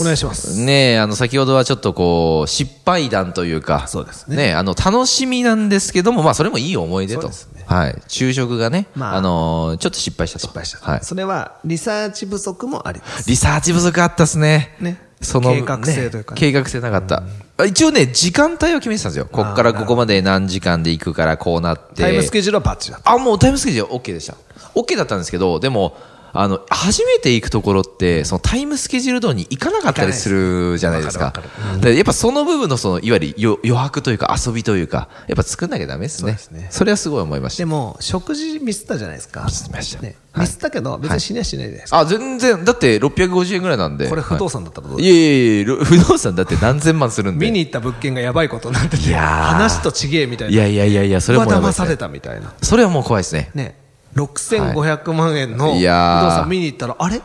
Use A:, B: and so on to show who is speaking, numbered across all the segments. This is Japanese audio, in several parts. A: お願いします
B: ねえ、あの、先ほどはちょっとこう、失敗談というか、
A: そうですね
B: ねえあの、楽しみなんですけども、まあ、それもいい思い出と。
A: そうですね
B: はい。昼食がね、
A: ま
B: あ、
A: あ
B: のーちょっと失敗したと。
A: 失敗したと、
B: はい。
A: それはリサーチ不足もあります
B: リサーチ不足あったっすね。
A: ね
B: その、
A: 計画性というかね
B: ね計画性なかった。あ一応ね、時間帯を決めてたんですよ。こっからここまで何時間で行くからこうなって。
A: タイムスケジュールはバッチリだった
B: あ、もうタイムスケジュール OK でした。OK だったんですけど、でも、あの、初めて行くところって、そのタイムスケジュール通りに行かなかったりするじゃないですか。でやっぱその部分の、その、いわゆる余余白というか遊びというか、やっぱ作んなきゃダメですね。
A: そうですね
B: それはすごい思いました
A: で。も食事ミスったじゃないですかミ
B: スりました
A: ね
B: はい
A: ミスったけど別に死にはしないじゃないですか、
B: あ、全然、だって650円ぐらいなんで。
A: これ不動
B: 産、
A: 産だったらどう
B: い、いやいやいやろ不動産だって何千万するんで。
A: 見に行った物件がやばいことになってて
B: いやー
A: 話とちげえみたいない
B: やいやいやいや、それはもうやばい
A: 騙
B: っす
A: さ
B: ね
A: れたみたいな
B: それはもう怖いですね。
A: ね6500万円
B: は
A: の不
B: い
A: 動
B: いやー
A: 産見に行ったらあれ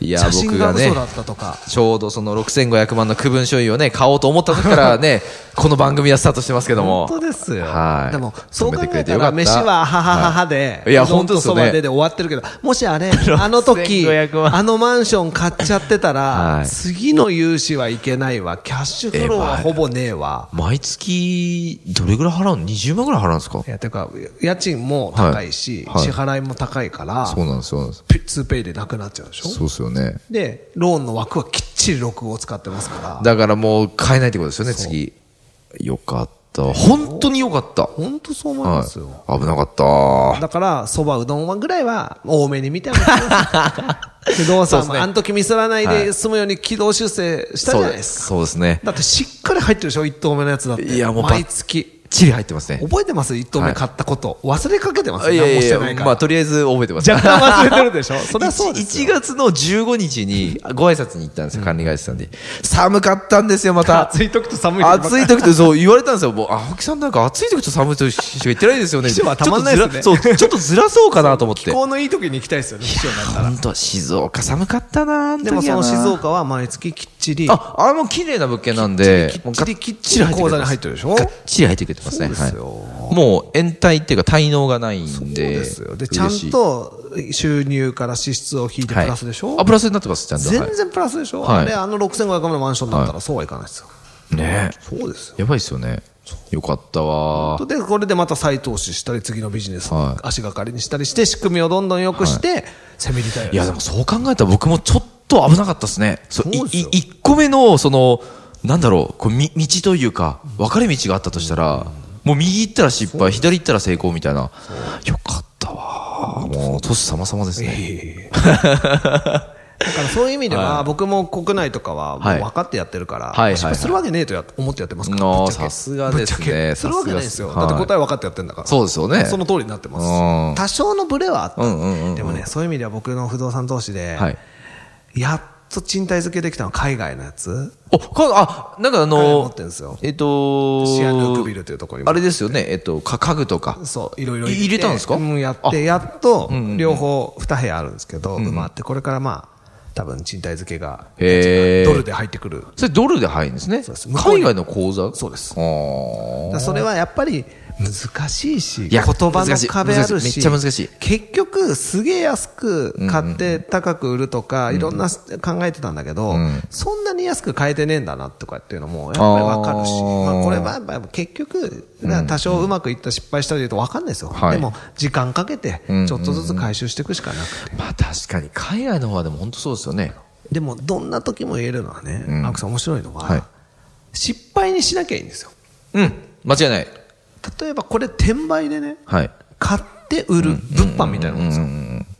B: いや、
A: 写真
B: 僕が
A: が
B: ね
A: 嘘、だったとか
B: ちょうどその6500万の区分所有をね、買おうと思った時 からね、この番組はスタートしてますけども。
A: 本当ですよ。
B: はい。
A: でも、そう考
B: 止めてく
A: え
B: れて
A: た
B: よかっ
A: ら、飯はははははで、
B: いや
A: うどん
B: 本当
A: と
B: です
A: そ
B: よね
A: ばでで終わってるけど、もしあれ、あの時、
B: 6500万
A: あのマンション買っちゃってたら、
B: はい
A: 次の融資はいけないわ、キャッシュフローはほぼねえわ。
B: 毎月、どれぐらい払うの ?20 万ぐらい払うんですか
A: いや、てか、家賃も高いし、
B: はいはい
A: 支払いも高いから、
B: そうなんです、そうなんです。
A: ペ 2pay でなくなっちゃうでしょ
B: そうですよね。
A: で、ローンの枠はきっちり6を使ってますから、
B: だからもう買えないってことですよね、次。よかった。本当によかった。
A: 本当そう思いますよ。
B: はい。危なかった。
A: だから、そばうどんはぐらいは多めに見てます。 不動産
B: そうです
A: も、
B: ね
A: あの時ミスらない
B: は
A: で
B: い
A: 済むように軌道修正した
B: そ
A: じゃ
B: う
A: ない
B: で。
A: ですすか。
B: そうですね。
A: だってしっかり入ってるでしょ、一等目のやつだって。
B: いやもうば
A: 毎月。
B: チリ入ってますね。
A: 覚えてます一等目買ったこと。忘れかけてます
B: い
A: よ
B: や
A: 何も
B: い
A: して
B: や
A: ないい
B: や、
A: か
B: まあ
A: ら。
B: とりあえず覚えてます。
A: 若 干忘れてるでしょ。それはそうです
B: 1
A: よ。
B: 月の15日にご挨拶に行ったんですよ、管理会社さんで。寒かったんですよ、 また。
A: 暑い時と 寒い時ばっかり
B: 暑い時と、そう、言われたんですよ。もう、青木さんなんか暑い時と寒い時しか言ってないですよ ね。
A: 秘書はたまんないですね
B: ちょっとずらそう、ちょっとずらそうかなと思って。
A: 気候のいい時に行きたいですよね、秘書になったら。
B: 本当静岡寒かったな
A: でもその
B: あ時
A: 静。
B: はな
A: 岡は毎月きっちり、
B: あ、あれも綺麗な物件なんで、
A: きっちり
B: もうが
A: きっちり口座に入ってるでしょ
B: がっちり入ってくれてますね。
A: そうですよ
B: はいもう、延滞っていうか、滞納がないんで。そう
A: そうですよ。で、ちゃんと収入から支出を引いてプラスでしょ
B: あ、プラスになってます、ちゃんと。は
A: 全然プラスでしょ、
B: はい
A: あれ、あの6500万のマンションだった
B: は
A: らそうはいかないですよ。
B: い。ね
A: そうですよ。
B: やばいですよね。よかったわ
A: で、これでまた再投資したり、次のビジネス
B: は
A: の
B: い
A: 足がかりにしたりして、仕組みをどんどん良くして、攻めりたい
B: いや、で
A: も、
B: もそう考えたら僕もちょっと危なかったですね。そう、い
A: そうです
B: い
A: よ
B: 一個目の、その、なんだろう、こう、み道というか、分かれ道があったとしたら、もう右行ったら失敗、左行ったら成功みたいな。よかったわ。もう、年様々ですね。
A: だからそういう意味では、僕も国内とかは、も
B: はいう
A: 分かってやってるから、
B: はい
A: 失敗するわけねえとや思ってやってますから、
B: あー
A: ぶっちゃけ
B: さすがですね
A: ぶっちゃけするわけないですよ。だって答え分かってやってんだから。
B: そうですよね。
A: その通りになってま
B: うん
A: す。多少のブレはあった。
B: うんうんうんうん
A: でもね、そういう意味では僕の不動産投資で、
B: はい。
A: やっと賃貸付けできたのは海外のやつ。
B: お、か、あ、なんかあ
A: 彼持
B: の
A: ってんですよ、
B: えっと、
A: シアヌークビルというところに
B: あれですよね、えっと、か家具とか。
A: そう、いろいろ
B: 入れたんですか
A: うん、やっ
B: あ
A: て、やっと、両方2部屋あるんですけど、埋まって、これからまあ、多分賃貸付けが、
B: へー
A: ドルで入ってくる。だか
B: それドルで入るんですね。
A: そうです向こう
B: 海
A: に
B: 外の口座
A: そうです
B: あー
A: らそれはやっぱり難しいし、
B: いや
A: 言葉
B: 難
A: の
B: しい
A: 壁ある
B: 難
A: し、
B: しいめっちゃ難しい
A: 結局、すげえ安く買って高く売るとか、いろんな考えてたんだけど、
B: ん
A: そんなに安く買えてねえんだなとかっていうのも、やっぱりわかるし、
B: あー
A: まあこれはやっぱ結局、多少うまくいった失敗したり言うとわかんないですよ。
B: はい
A: でも、時間かけて、ちょっとずつ回収していくしかなくて。
B: まあ確かに海外の方はでも本当そうですよね。
A: でも、どんな時も言えるのはね、青木さん面白いのは、
B: はい
A: 失敗にしなきゃいいんですよ。
B: うん、間違いない。
A: 例えばこれ転売でね、
B: はい。
A: 買って売る物販みたいなもんですよ。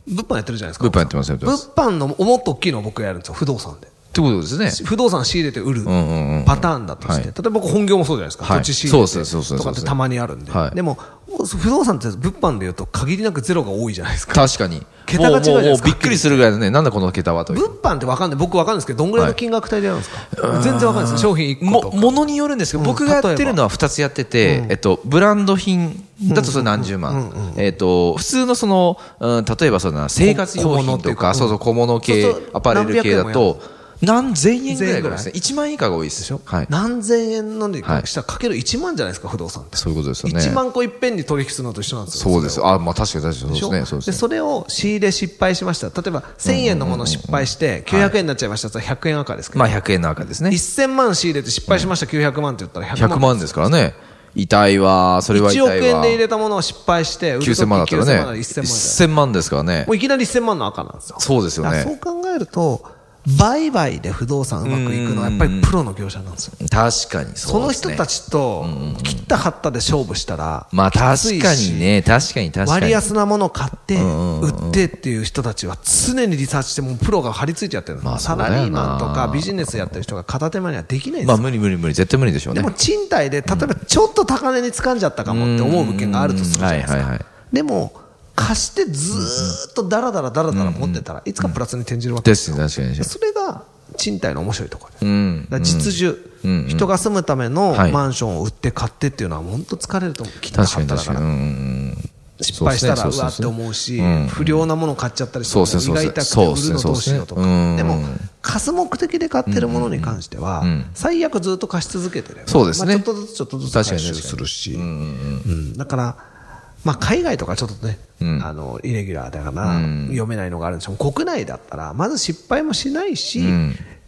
A: 物販やってるじゃないですか。
B: 物販やってますやってま
A: 物
B: す
A: 販のもっと大きいのを僕がやるんですよ、不動産で。
B: ってことですね。
A: 不動産仕入れて売る
B: んうんうん
A: パターンだとし
B: は
A: て、
B: い
A: 例えば僕本業もそうじゃないですか、
B: はい
A: 土地仕入れ
B: そうですそうです
A: てとかってたまにあるんで、
B: はい
A: でもそうそう不動産って物販でいうと限りなくゼロが多いじゃないですか。
B: 確かに。
A: 桁が違うじゃ
B: も
A: な
B: うもうも
A: いです
B: う
A: か
B: びっくりするぐらいのね、なんだこの桁はという
A: 物。販ってわかんない。僕わかんないですけど、どんぐらいの金額帯でやるんですか、全然わかんないです。商品1個と
B: も
A: か。
B: ものによるんですけど、
A: うん
B: 僕がやってるのは2つやってて、えっと、ブランド品だとそれ何十万、えっと、普通のその、うん、例えばそうだな生活用
A: 小物
B: 品
A: って
B: と
A: いうかう
B: か、
A: ん
B: そうそう、小物系
A: そうそう、
B: アパレル系だと、何千円ぐらいが多いです
A: 千円
B: ね。1万円以下が多いです。
A: でしょ、
B: はい。
A: 何千円のに
B: は
A: か
B: い
A: したらかける1万じゃないですか、不動産って。
B: そういうことですよね。
A: 1万個いっぺんに取引するのと一緒なんですよ。
B: そうです。
A: れは
B: あ、まあ確かに確かに
A: でし
B: そ
A: ょ
B: うですね。そうですね。
A: それを仕入れ失敗しました。例えば、1000円のもの失敗して、900円になっちゃいました。100円赤ですけど。
B: まあ100円の赤ですね。
A: 1000万仕入れて失敗しました、900万って言ったら100
B: 100
A: 万。
B: 万ですからね。痛いわ、それは痛いわ。
A: 1億円で入れたものを失敗して、売る時
B: 9000万だったらね
A: 9000万な。1000万じゃない
B: 1000万ですからね
A: も。ういきなり1000万の赤なんですよ。
B: そうですよ
A: だからそう
B: ね。
A: 考えると、売買で不動産うまくいくのはやっぱりプロの業者なんですよ。
B: 確かに
A: そ
B: そう
A: の
B: です
A: 人
B: ね。
A: たちと、切った張ったで勝負したら、
B: まあ
A: きつ
B: 確
A: い
B: か
A: し
B: にね、確かに確か
A: 割
B: に。
A: 安なものを買って、売ってっていう人たちは常にリサーチして、もうプロが張り付いてやってるの、
B: まあ
A: サ
B: そうだよ
A: ラ
B: な
A: リーマンとかビジネスやってる人が片手間にはできないんです
B: ま
A: よ。
B: あ無理無理無理、絶対無理でしょう
A: で
B: ね
A: も。賃貸で、例えばちょっと高値に掴んじゃったかもって思う物件があるとするじゃないです
B: うんはいはい
A: か
B: は。
A: でも、貸してずーっとダラダラダラダラ持ってたらいつかプラスに転じるわけ
B: ですね、確かに。
A: それが賃貸の面白いところです。
B: うん。
A: だから実需、人が住むための
B: はい
A: マンションを売って買ってっていうのは本当疲れると思う、きっと
B: 確か
A: 買っ
B: に
A: た
B: 確かに。
A: ら
B: うんうんうん。
A: 失敗したら
B: そううですね
A: わって思うし、
B: そうですねうん
A: 不良なものを買っちゃったりする
B: そうです
A: の
B: ね
A: が胃が痛くて売るのどうしようとか、
B: そうですねそうですねうん
A: でも貸す目的で買ってるものに関しては、最悪ずっと貸し続けてれば、
B: そうですね
A: まあ、ちょっとずつちょっとずつ回収するし、うんだから、まあ、海外とかちょっとね、あのイレギュラーだから、読めないのがあるんでしょう国内だったらまず失敗もしないし、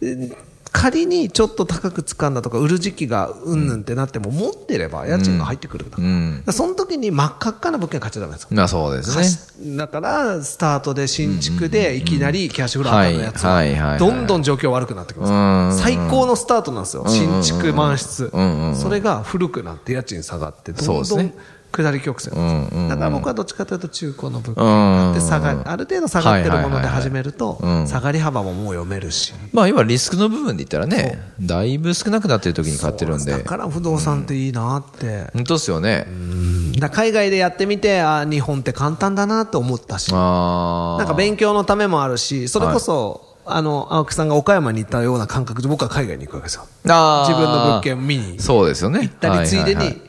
A: え仮にちょっと高く掴んだとか売る時期がうんぬんってなっても持ってれば家賃が入ってくるんだから,、その時に真っ赤っかな物件買っちゃダメなんですよ
B: まあそうですね。
A: だから、スタートで新築でいきなりキャッシュフローアウトのやつ
B: はいはいはいは
A: は、
B: い
A: どんどん状況悪くなってきます。最高のスタートなんですよ。新築満室。それが古くなって家賃下がって、
B: そう
A: ど
B: で
A: ん
B: す
A: どん
B: ね
A: 下り曲線なんです
B: うんうんうん
A: よ。だから僕はどっちかというと中古の物件
B: うんうんうん
A: で下が、ある程度下がってるもので始めると
B: はいはいはいは、い
A: 下がり幅ももう読めるし。
B: まあ今リスクの部分で言ったらね、だいぶ少なくなってる時に買ってるん
A: だ
B: で。
A: から不動産っていいなって。
B: 本当ですよね。
A: だから海外でやってみて、あ日本って簡単だなと思ったし。
B: ああ。
A: なんか勉強のためもあるし、それこそ、あの、青木さんが岡山に行ったような感覚で僕は海外に行くわけですよ。
B: あー
A: 自分の物件見に行っ
B: そうですよね。行った
A: り、ついでに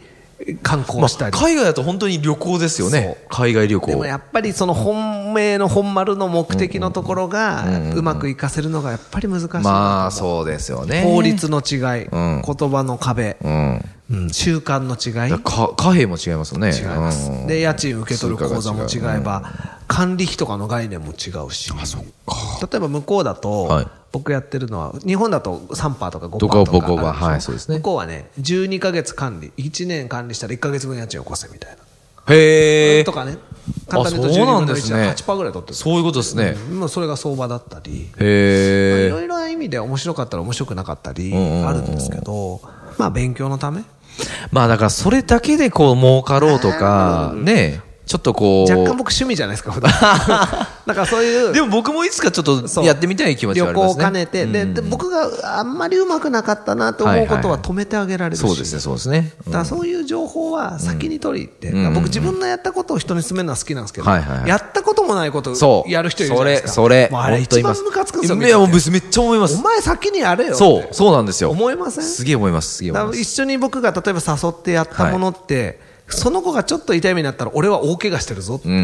A: 観光したり。
B: 海外だと本当に旅行ですよね。海外旅行。
A: でもやっぱりその本命の本丸の目的のところがうまくいかせるのがやっぱり難しいなと思う
B: まあそうですよね。
A: 法律の違い、
B: ん
A: 言葉の壁、
B: うん。
A: うん習慣の違い、
B: か貨幣も違いますよね。
A: 違います、
B: うん
A: で家賃受け取る口座も違
B: 通貨
A: えば、管理費とかの概念も違うし例えば向こうだと、
B: はい
A: 僕やってるのは日本だと3%とか5%
B: ど
A: と
B: こ
A: か
B: ぼこば
A: あるでしょ
B: はいそうですね
A: 向こうはね12か月管理1年管理したら1か月分家賃を起こせみたいな、
B: へえ
A: と。かね簡単に言うと
B: そうな
A: 12
B: ん
A: 分の
B: です
A: 1
B: ね
A: は8%ぐらい取ってる
B: そういうことですね。
A: もうそれが相場だったりまあい
B: へ
A: ろ
B: え。
A: いろな意味で面白かったら面白くなかったり
B: んうんうん
A: あるんですけど、まあ勉強のため
B: まあだからそれだけでこう儲かろうとか、ね、ちょっとこう。
A: 若干僕趣味じゃないですか普段 だからそういう
B: でも僕もいつかちょっ
A: そ
B: と
A: う
B: やってみたい気持ち
A: 旅
B: はありま
A: 行を
B: すね。
A: 兼ねて、でで僕があんまりうまくなかったなと思うこと
B: はいはいは
A: はい止めてあげられるし、
B: そうですね、そうですね。
A: だからそういう情報は先に取りに行って、だから僕、自分のやったことを人に勧めるのは好きなんですけど、
B: はいはいはい
A: やったこともないこと
B: そ
A: を
B: う。
A: やる人いるじゃないですか、
B: それ、それ。
A: もうあれ、
B: 本当
A: 一
B: いま
A: 番
B: す
A: ムカつくんですよ、
B: いや、もう
A: 見てて
B: めっちゃ思います
A: お。前、先にやれよって
B: そう、そうなんですよ。
A: 思いません
B: すげえ思います。すげえ
A: だ
B: 思い
A: か
B: ま
A: ら
B: す。
A: 一緒に僕が例えば誘ってやったものって、その子がちょっと痛い目になったら、俺は大怪我してるぞって
B: うんうんう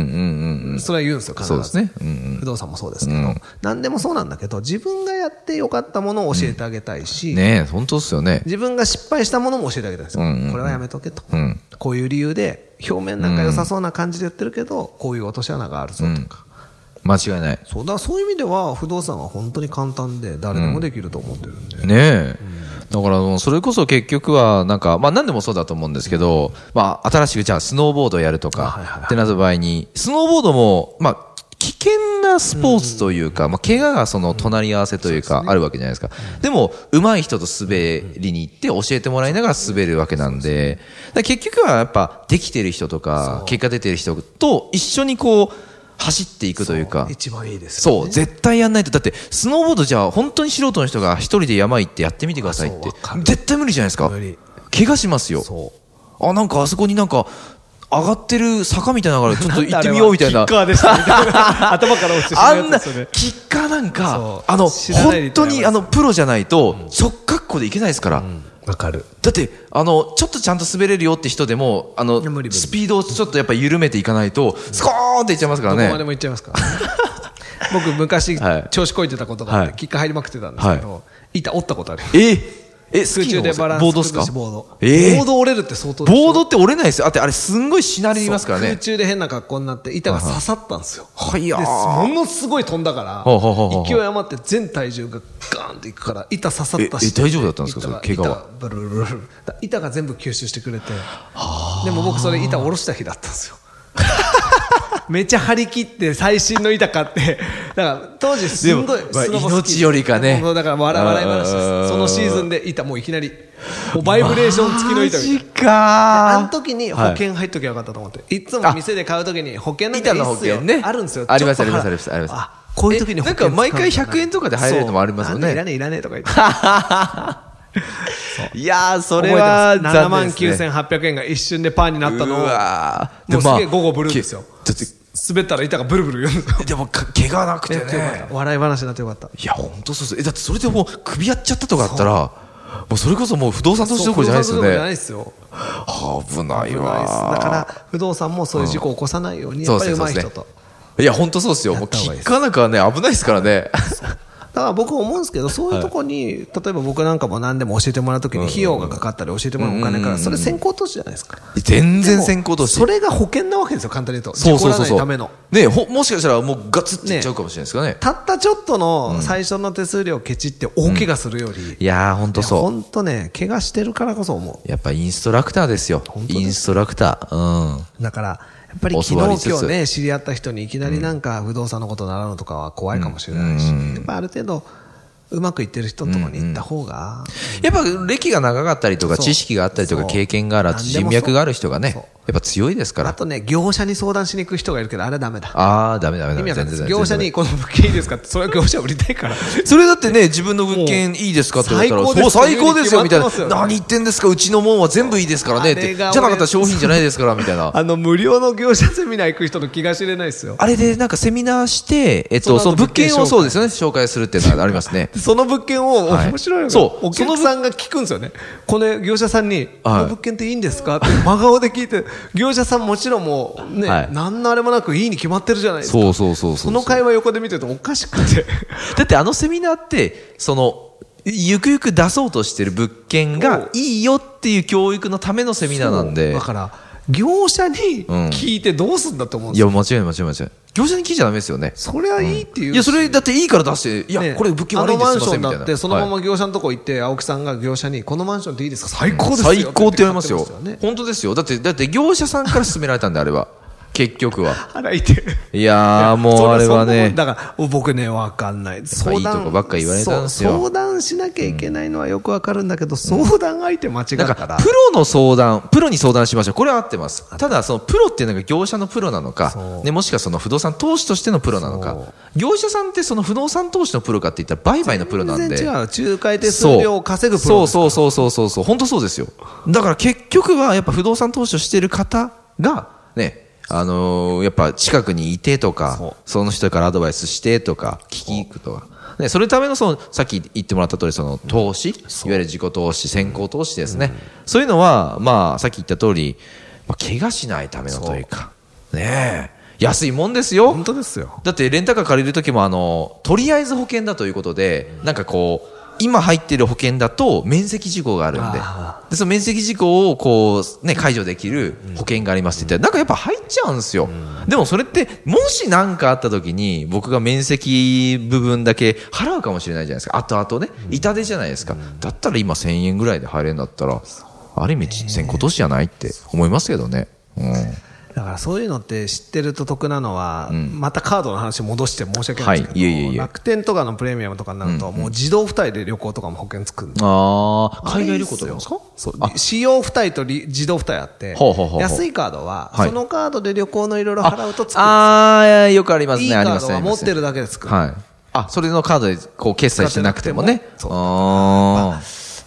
B: んうん。
A: それは言うんですよ、必ず
B: そうですねうん
A: 不動産もそうですけど、何でもそうなんだけど、自分がやってよかったものを教えてあげたいし、
B: ねえ、本当ですよね。
A: 自分が失敗したものも教えてあげたいんですよ、
B: うんうん
A: これはやめとけと、
B: うん
A: こういう理由で、表面なんか良さそうな感じで言ってるけど、こういう落とし穴があるぞとか、
B: 間違いない。
A: そうだからそういう意味では、不動産は本当に簡単で、誰でもできると思ってるんで、
B: ねえ。だからもう、それこそ結局は、なんか、まあ何でもそうだと思うんですけど、まあ新しくじゃあスノーボードやると
A: はいはいは
B: か
A: い、
B: ってなった場合に、スノーボードも、まあ、危険なスポーツというか、まあ、怪我がその隣り合わせというか、あるわけじゃないですか。でも、上手い人と滑りに行って教えてもらいながら滑るわけなんで、だから結局はやっぱ、できてる人とか、結果出てる人と一緒にこう、走っていくというか。
A: 一番いいですよ、
B: そう、絶対やんないと。だって、スノーボードじゃあ、本当に素人の人が一人で山行ってやってみてくださいって
A: あそうわかる。
B: 絶対無理じゃないですか
A: 無理。
B: 怪我しますよ。
A: そう
B: あ、なんかあそこになんか、上がってる坂みたいなの がらちょっと行ってみようみたいな。
A: キッカーですかみ たいな頭から落ちてしま
B: あ
A: うや
B: ん
A: つ
B: な、
A: ですよね
B: キッカーなん
A: そ
B: か、
A: う
B: あの、
A: 知らないで
B: 本当に、あの、プロじゃないと、速角行でいけないですから。
C: わかる。
B: だって、あの、ちょっとちゃんと滑れるよって人でも、あの
C: 無理無理、
B: スピードをちょっとやっぱ緩めていかないと、スコーンっていっちゃいますから
A: どこま
B: ね
A: で。も行っちゃいま すから僕昔、
B: はい
A: 調子こいてたことがあって、
B: はい
A: キッカー入りまくってたんですけど、
B: は
A: 板折ったことある
B: ええ、ス
A: 空
B: キー
A: 中
B: の
A: でバランス
B: ボードですか
A: 崩してボード、
B: ええ
A: ボード折れるって相当
B: ボードって折れないですよ。だってあれすんごいしなり
A: い
B: ますから
A: 空
B: ね。
A: 中で変な格好になって板が刺さったんですよ、
B: はいや
A: で
B: ー
A: ものすごい飛んだから
B: ほうほうほうほう
A: 勢い余って全体重がガーンっていくから板刺さった
B: ええ
A: し
B: 大丈夫だったんですか
A: 板
B: それ怪我
A: が
B: は
A: 板がブルブルブルだ板が全部吸収してくれてでも僕それ板下ろした日だったんですよめっちゃ張り切って最新の板買ってだから当時すんごい
B: でもまあ
A: スノボ好き
B: 命よりかね
A: もうだから笑笑い話です
B: うん
A: そのシーズンで板もういきなりもうバイブレーション付きの板みたいなあの
B: か
A: 時に保険入っときゃよかったと思って、い、つも店で買う時に保険なんかいいっす
B: 板
A: よ
B: の保険ね
A: あるんですよ
B: あります
A: ちょ
B: あ
A: っと
B: りますありますあります
A: こういう時に保険
B: えなんか毎回
A: 使うんじゃない
B: 100円とかで入れるのもありますよね
A: そうなんでいらねえいらねえとか
B: いやー、そ
A: 言って
B: れは
A: 覚えてます7万
B: 残念ですね、
A: 9800円が一瞬でパーになったの
B: う
A: を
B: わー
A: もうすげえ
B: まあ
A: 午後ブルーですよ
B: けだっ
A: 滑ったら板がブルブル言うんですよ
B: てでも、か怪我なくて
A: よかっ
B: ね
A: た。笑い話になってよかった
B: いや、本当そうです。え、だってそれでもう首やっちゃったとかあったら、もうそれこそもう不動産投資どころじゃないですよ
A: そう不動産どころじゃない
B: ね
A: で。すよ
B: 危ない
A: 危ないですだ
B: わ。
A: から不動産もそういう事故を起こさないように、
B: そ
A: や
B: う
A: っぱ
B: で
A: り
B: すね、
A: 上手い
B: そう
A: 人
B: ですね
A: と。
B: いや、本当そうですよ。もう、
C: た方がいい
B: 聞
C: です
B: かなかね、危ないですからね。
A: だから僕思うんですけど、そういうとこに、例えば僕なんかも何でも教えてもらうときに費用がかかったり教えてもらうお金から、それ先行投資じゃないですか。
B: 全
A: で
B: 然
A: も
B: 先行として。
A: それが保険なわけですよ、簡単に言うと。
B: そうそうそう
A: 事故らな
B: そ。
A: いうための。
B: ねほ、もしかしたらもうガツっていっちゃうかもしれないですからね。
A: たったちょっとの最初の手数料をケチって大怪我するより、
B: いやー、本当そう。
A: 本当ね、怪我してるからこそ思
B: やっぱインストラクターですよ。
A: 本当で
B: イ
A: す
B: ンストラクター。うん。
A: う。だから、やっぱり昨
B: 教わりつ
A: 日
B: つ
A: 今日ね、知り合った人にいきなりなんか不動産のこと習うのとかは怖いかもしれないし、やっぱある程度、うまくいってる人のところに行った方が、
B: やっぱ歴が長かったりとか、
A: そう
B: 知識があったりとか、
A: そう
B: 経験がある、あと
A: 何で
B: 人
A: もそう
B: 脈がある人がね
A: そう、
B: やっぱ強いですか
A: あ
B: ら。
A: とね、業者に相談しに行く人がいるけど、あれはダメだ。
B: ああ、ダメダメ
A: 意
B: ダ
A: 味
B: メ。
A: わかん
B: 全
A: な
B: 然ダ
A: いです
B: メ
A: 業者。
B: 全然
A: にこの物件いいですかって、それは業者売りたいから。
B: ダメそれだってね、自分の物件いいですかって言われたら、
A: もう
B: そう、
A: 最
B: 最
A: 高
B: 高
A: で
B: ですす
A: よ
B: よ、みたい
A: 決まってますよ
B: な。
A: ね
B: 何言ってんですか、うちのもんは全部いいですからね、っ
A: あれ
B: て。じ
A: が
B: ゃなかったら商品じゃないですから、みたい な。
A: あの、無料の業者セミナー行く人の気が知れないですよ。
B: あれで、なんかセミナーして、えっと、
A: そ
B: そ
A: の後
B: の物件
A: 物件紹
B: を
A: 介
B: そうですよね、紹介するっていうのがありますね。
A: その物件を、
B: はい
A: 面白いのが
B: そう
A: お客さんが聞くんですよね。この業者さんに、こ
B: はい
A: の物件っていいんですかって真顔で聞いて、業者さんもちろんもう、ね、
B: はい
A: 何のあれもなくいいに決まってるじゃないですか。
B: そうそうそうそうそう
A: の会話横で見てるとおかしくて。
B: だってあのセミナーってそのゆくゆく出そうとしてる物件がいいよっていう教育のためのセミナーなんで
A: だから、業者に
B: ん
A: 聞いてどうすんだと思うんで
B: い
A: すよ。
B: や間違いない間違いない間違いない業者に聞いちゃダメですよね
A: それはいいっていうし。
B: いやそれだっていいから出していや、
A: ね
B: これ物件悪いんですすいませんみ
A: あのマンション
B: たい
A: だっ
B: な
A: て、そのま
B: は
A: ま業者のとこ行って、青木さんが業者に、このマンションっていいですか最高
B: い
A: ですよ。
B: 最高って言われますよ
A: って言って買ってました
B: 本
A: ね
B: 当ですよだってだって業者さんから勧められたんであれは結局は
A: 腹痛いて。
B: いやーもうあれはね
A: だから、僕ね、わかんない。
B: ぱいいいとこばっか言われたんですよ
A: そう相談しなきゃいけないのはよくわかるんだけど、相談相手間違った
B: なん
A: ら。
B: か、プロの相談、プロに相談しましょう。これは合ってます。ただ、そのプロっていうのが業者のプロなのか
A: そ、う
B: ね、もしくはその不動産投資としてのプロなの
A: そ
B: か
A: う、
B: 業者さんってその不動産投資のプロかって言ったら売買のプロなんで。
A: 全然違う。仲介手数料を稼ぐプロです
B: そうそうそうそうそうそう。本当そうですよ。だから結局はやっぱ不動産投資をしてる方が、ね、あのーやっぱ近くにいてとか、
A: そ
B: その人からアドバイスしてとか、聞きに行くとか。ね、それためのその、さっき言ってもらった通り、その投資、いわゆる自己投資、先行投資ですね。そういうのは、まあ、さっき言った通り、まあ、怪我しないためのというか、ねえ、安いもんですよ。
A: 本当ですよ。
B: だってレンタカー借りる時もあのとりあえず保険だということで、なんかこう今入ってる保険だと面積事項があるんで
A: あ
B: でその面積事項をこう、ね、解除できる保険がありますって言ったらなんかやっぱ入っちゃうんですよ、でもそれってもし何かあった時に僕が面積部分だけ払うかもしれないじゃないですか後々ね痛手じゃないですか、だったら今1000円ぐらいで入れるんだったらある意味先行投資じゃないって思いますけどね、うん、
A: だからそういうのって知ってると得なのは、またカードの話戻して申し訳ないんですけど、
B: はいいえいえいえ
A: 楽天とかのプレミアムとかになると、もう自動付帯で旅行とかも保険つくんで。
B: ああ海外旅行とか
A: よ
B: ですか
A: そう
B: あ
A: 使用付帯とり自動付帯あって
B: ほうほうほうほう
A: 安いカードは、
B: はい
A: そのカードで旅行のいろいろ払うとつくんですよ
B: ああー、よくあります
A: いい
B: ね、
A: カ
B: あり
A: ー
B: ます
A: ド
B: ね。
A: は
B: あり
A: 持
B: ま
A: っ
B: す
A: て
B: ね
A: るだけでつく。
B: はい。あ、それのカードでこう決済しなくてもね。
A: 使ってなくても
B: ああ。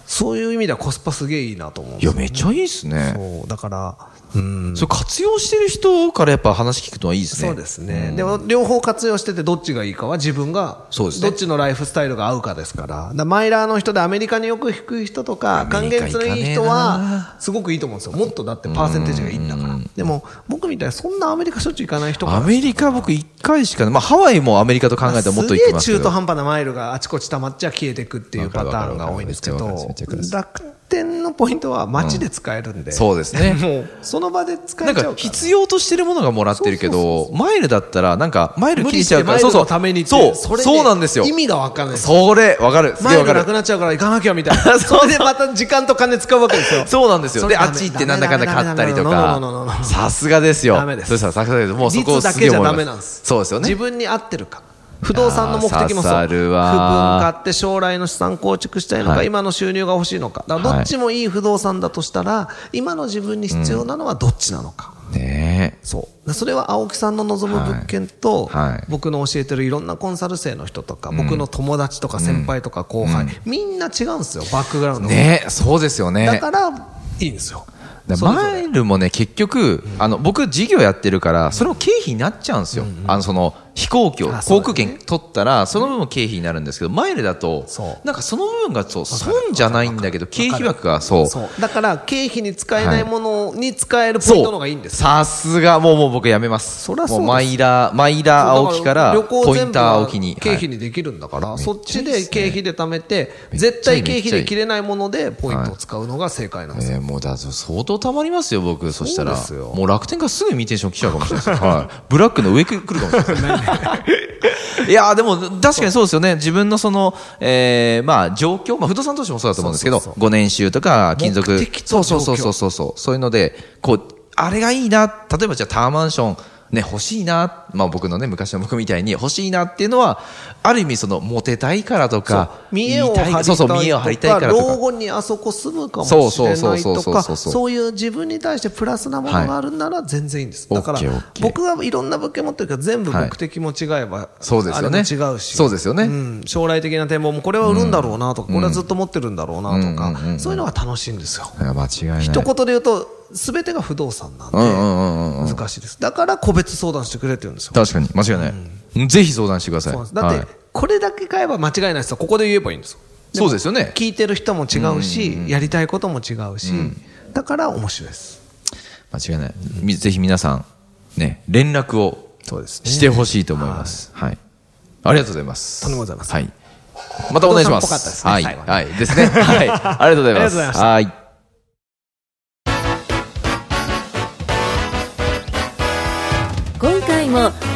A: そういう意味ではコスパすげえいいなと思うんで
B: い
A: すよ
B: や、めっちゃいいですね。
A: そうだから、うん、
B: それ活用してる人からやっぱ話聞くのはいいですね。
A: そうですね、でも両方活用してて、どっちがいいかは自分が、
B: そうですね
A: どっちのライフスタイルが合うかですから、だからマイラーの人でアメリカによく引く人とか、
B: アメ
A: 還
B: リカ
A: 元
B: 行か
A: の
B: ねえない
A: い人は、すごくいいと思うんですよ、もっとだってパーセンテージがいいんだから、でも僕みたいに、そんなアメリカしょっちゅう行かない人
B: ア
A: が、
B: メリカ僕一回しかない。まあ、ハワイもアメリカと考えたらもっと行きますす
A: げえ
B: け
A: 中途
B: ど。
A: 半端なマイルがあちこち溜まっちゃ消えてくっていうパターンが多いんですけ
B: わかる
A: ど
B: わかるめっちゃわかるめっちゃわ
A: 楽天のポイントは街で使えるんで、
B: そうですね。
A: もうその場で使
B: な
A: え
B: ん
A: ちゃうから
B: か必要としてるものがもらってるけど、マイルだったら、なんか、マイル
A: 無
B: 切
A: 理
B: れ
A: し
B: ちゃ
A: て
B: うか
A: マ
B: ら、
A: イ
B: そ
A: ル
B: うそう、
A: のためにって
B: そう、
A: それ
B: そうなんですよ。
A: 意味が分かんないです
B: それ、わかる。すげ
A: マ
B: え
A: イ
B: わ
A: ル
B: か
A: なく
B: る。
A: なっちゃうから行かなきゃみた いな。それでまた時間と金使うわけですよ。
B: そうなんですよ。
A: そ
B: で、
A: れ
B: あ
A: ダメ
B: っち行ってなんだかんだ買ったりと
A: ダメダメダメダメダメダメダ
B: か。
A: メ
B: さすがですよ。
A: ダメです
B: そうさすがです。もうそこ
A: 率だ
B: すげ
A: け
B: え
A: じゃ
B: 思います
A: ダメなんです。
B: そうですよね
A: 自。分に合ってるか。不動産の目的も
B: いや
A: そう。
B: ー刺さ
A: 区
B: る
A: 分
B: わー
A: 買って将来の資産構築したいの
B: は
A: か、
B: い
A: 今の収入が欲しいのか。だからどっちもいい不動産だとしたら、今の自分に必要なのはどっちなのか。
B: ねえ。
A: そうでそれは青木さんの望む物件と、
B: はいはい
A: 僕の教えてるいろんなコンサル生の人とか、僕の友達とか先輩とか後輩、みんな違うんですよバックグラウンドが、
B: ねえ、そうですよね。
A: だからいいんですよ
B: で
A: それぞれ
B: マイルもね結局、あの僕事業やってるからそれも経費になっちゃうんですよ、あのその飛行機を
A: あそう
B: 航
A: だね
B: 空券取ったらその部分も経費になるんですけど、マイルだと
A: そう
B: なんかその部分がそう損じゃないんだけど経費枠がそう
A: そうだから経費に使えないものに使えるポイントの方がいいんですよ
B: さすがもうもう僕やめます
A: そりゃそうです
B: もうマイラーマイラー青木から
A: 旅行
B: ポイ
A: 全
B: ン
A: 部
B: ター
A: は
B: 青木に
A: 経費
B: はい
A: にできるんだから、そっ
B: め
A: ち
B: っちゃいいっ
A: です
B: ね
A: 経費で貯めて
B: めっちゃいい
A: 絶対経費
B: めっちゃい
A: で
B: い
A: 切れないものでポイントを使うのが正解なんですよ、
B: えーもうだと相当たまりますよ、僕、そしたら、
A: そうですよ
B: もう楽天からすぐミーテンション来ちゃうかもしれ ないです、はい、ブラックの上来るかもしれない です。いやーでも確かにそうですよね、自分のその、えーまあ、状況、まあ、不動産投資もそうだと思うんですけど、5年収とか金属、
A: 目的と状況
B: そうそうそうそうそう、そういうので、こうあれがいいな、例えばじゃあタワーマンション、ね、欲しいな、まあ、僕のね、昔の僕みたいに欲しいなっていうのは、ある意味、そのモテたいからとか、
A: 見栄を張りたい
B: そうそう見栄を張りたいからと
A: 老
B: か。
A: 後にあそこ住むかもしれ
B: そうそう
A: ない
B: そうそ
A: と
B: うそう
A: か
B: そうそう
A: そういう自分に対してプラスなものがあるなら全然いいんです、
B: はい
A: だから
B: オッケーオッケー
A: 僕はいろんな物件持ってるけど全部
B: はい
A: 目的も違えば、
B: そうですよね
A: あれも違うし
B: そうですよね
A: ん将来的な展望もこれは売るんだろうなとか、これはずっと持ってるんだろうなとか、そういうのが楽しいんですよ、
B: いや間違いない。
A: 一言で言うと全てが不動産なんで
B: うんうんうんうんうん。
A: 難しいですだから個別相談してくれって言うんですよ
B: 確かに、間違いない。ぜひ相談してください。
A: そうなんですだって、
B: はい
A: これだけ買えば間違いないですよここで言えばいいんですよも
B: そうですよね
A: 聞いてる人も違うし、やりたいことも違うし、だから面白いです
B: 間違いない。みぜひ皆さん、ね、連絡を
A: そうですね
B: してほしいと思います。はい。ありがとうございます。
A: とんでもございません
B: はい。またお願いしま
A: お父さんっぽかったです
B: す。
A: ね
B: はい。
A: 最後ね
B: はい。です ね。はい。ありがとうございます。
A: ありがとうございました
B: はい。
D: 今回も